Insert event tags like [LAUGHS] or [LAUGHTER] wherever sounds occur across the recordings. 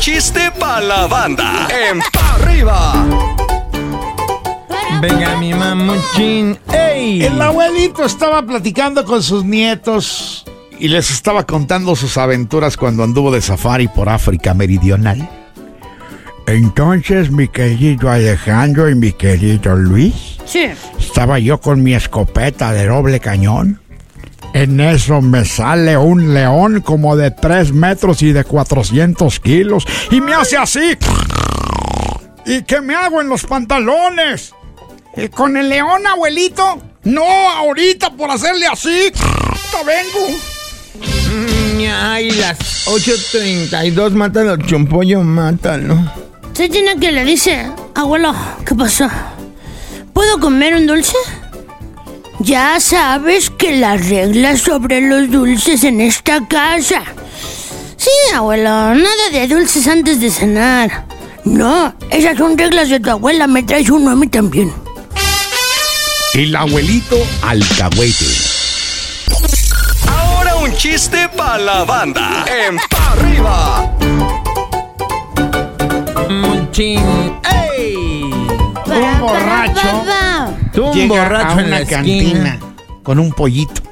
chiste para la banda. En pa arriba. Venga, mi mamuchín. ¡Ey! El abuelito estaba platicando con sus nietos y les estaba contando sus aventuras cuando anduvo de safari por África Meridional. Entonces, mi querido Alejandro y mi querido Luis, Sí. estaba yo con mi escopeta de doble cañón. En eso me sale un león como de 3 metros y de 400 kilos y me hace así. ¿Y qué me hago en los pantalones? ¿Y con el león, abuelito? No, ahorita por hacerle así. Te vengo. Mm, Ay, las 8.32, mátalo, chompollo, mátalo. ¿Usted tiene que le dice, abuelo, ¿qué pasó? ¿Puedo comer un dulce? Ya sabes que las reglas sobre los dulces en esta casa. Sí, abuelo, nada de dulces antes de cenar. No, esas son reglas de tu abuela, me traes uno a mí también. El abuelito alcahuete. Ahora un chiste para la banda. En pa arriba. Muchín. ¡Ey! Un borracho Tú un llega borracho a en la una esquina. cantina con un pollito.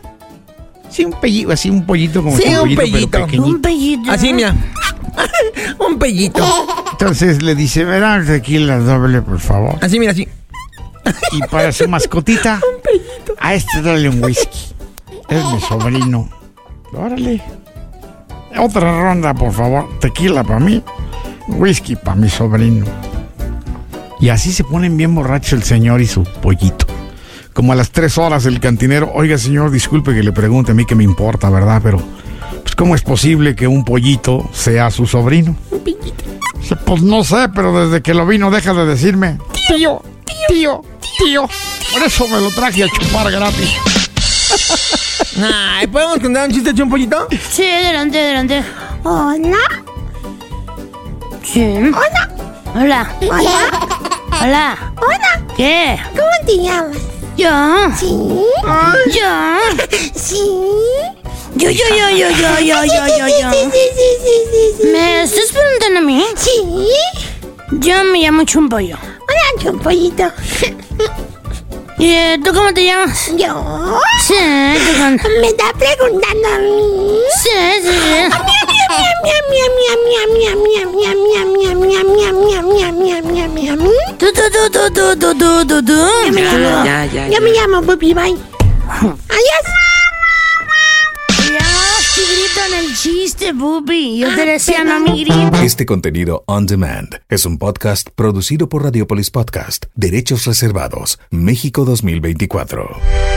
Sí, un pollito, así un pollito como Sí, este un pero pollito. Un pequeñito. pellito. Así, mira. [LAUGHS] un pellito. Entonces le dice, me dan tequila doble, por favor. Así, mira, así. Y para su mascotita, a este dale un whisky. Es mi sobrino. Órale. Otra ronda, por favor. Tequila para mí, whisky para mi sobrino. Y así se ponen bien borrachos el señor y su pollito. Como a las tres horas el cantinero, oiga señor, disculpe que le pregunte a mí que me importa, ¿verdad? Pero, pues, ¿cómo es posible que un pollito sea su sobrino? Dice, Pues no sé, pero desde que lo vino deja de decirme. Tío, tío, tío. Por eso me lo traje a chupar gratis. Ay, ¿podemos contar un chiste chompollito? Sí, adelante, adelante. Hola. Sí. Hola. Hola. Hola, Hola. hola, ¿Qué? ¿cómo te llamas? Yo. Sí, Ah. Yo. sí. Yo, yo, yo, yo, yo, yo, yo, yo, yo. Sí, sí, sí, sí, sí. ¿Me estás preguntando a mí? Sí. Yo me llamo Chumpollo. Hola, chompollito. ¿Y eh, tú cómo te llamas? [LAUGHS] Yo. Sí, tú con... Me está preguntando a mí. Sí, sí, sí. Tú, tú, tú, tú, tú, tú, tú, tú, tú. Ya, ya, Yo me llamo Puppy Bye. Adiós. Ya, si gritan el chiste, pupi. Yo te decía, no me grites. Este contenido on demand es un podcast producido por Radiopolis Podcast, Derechos Reservados, México 2024.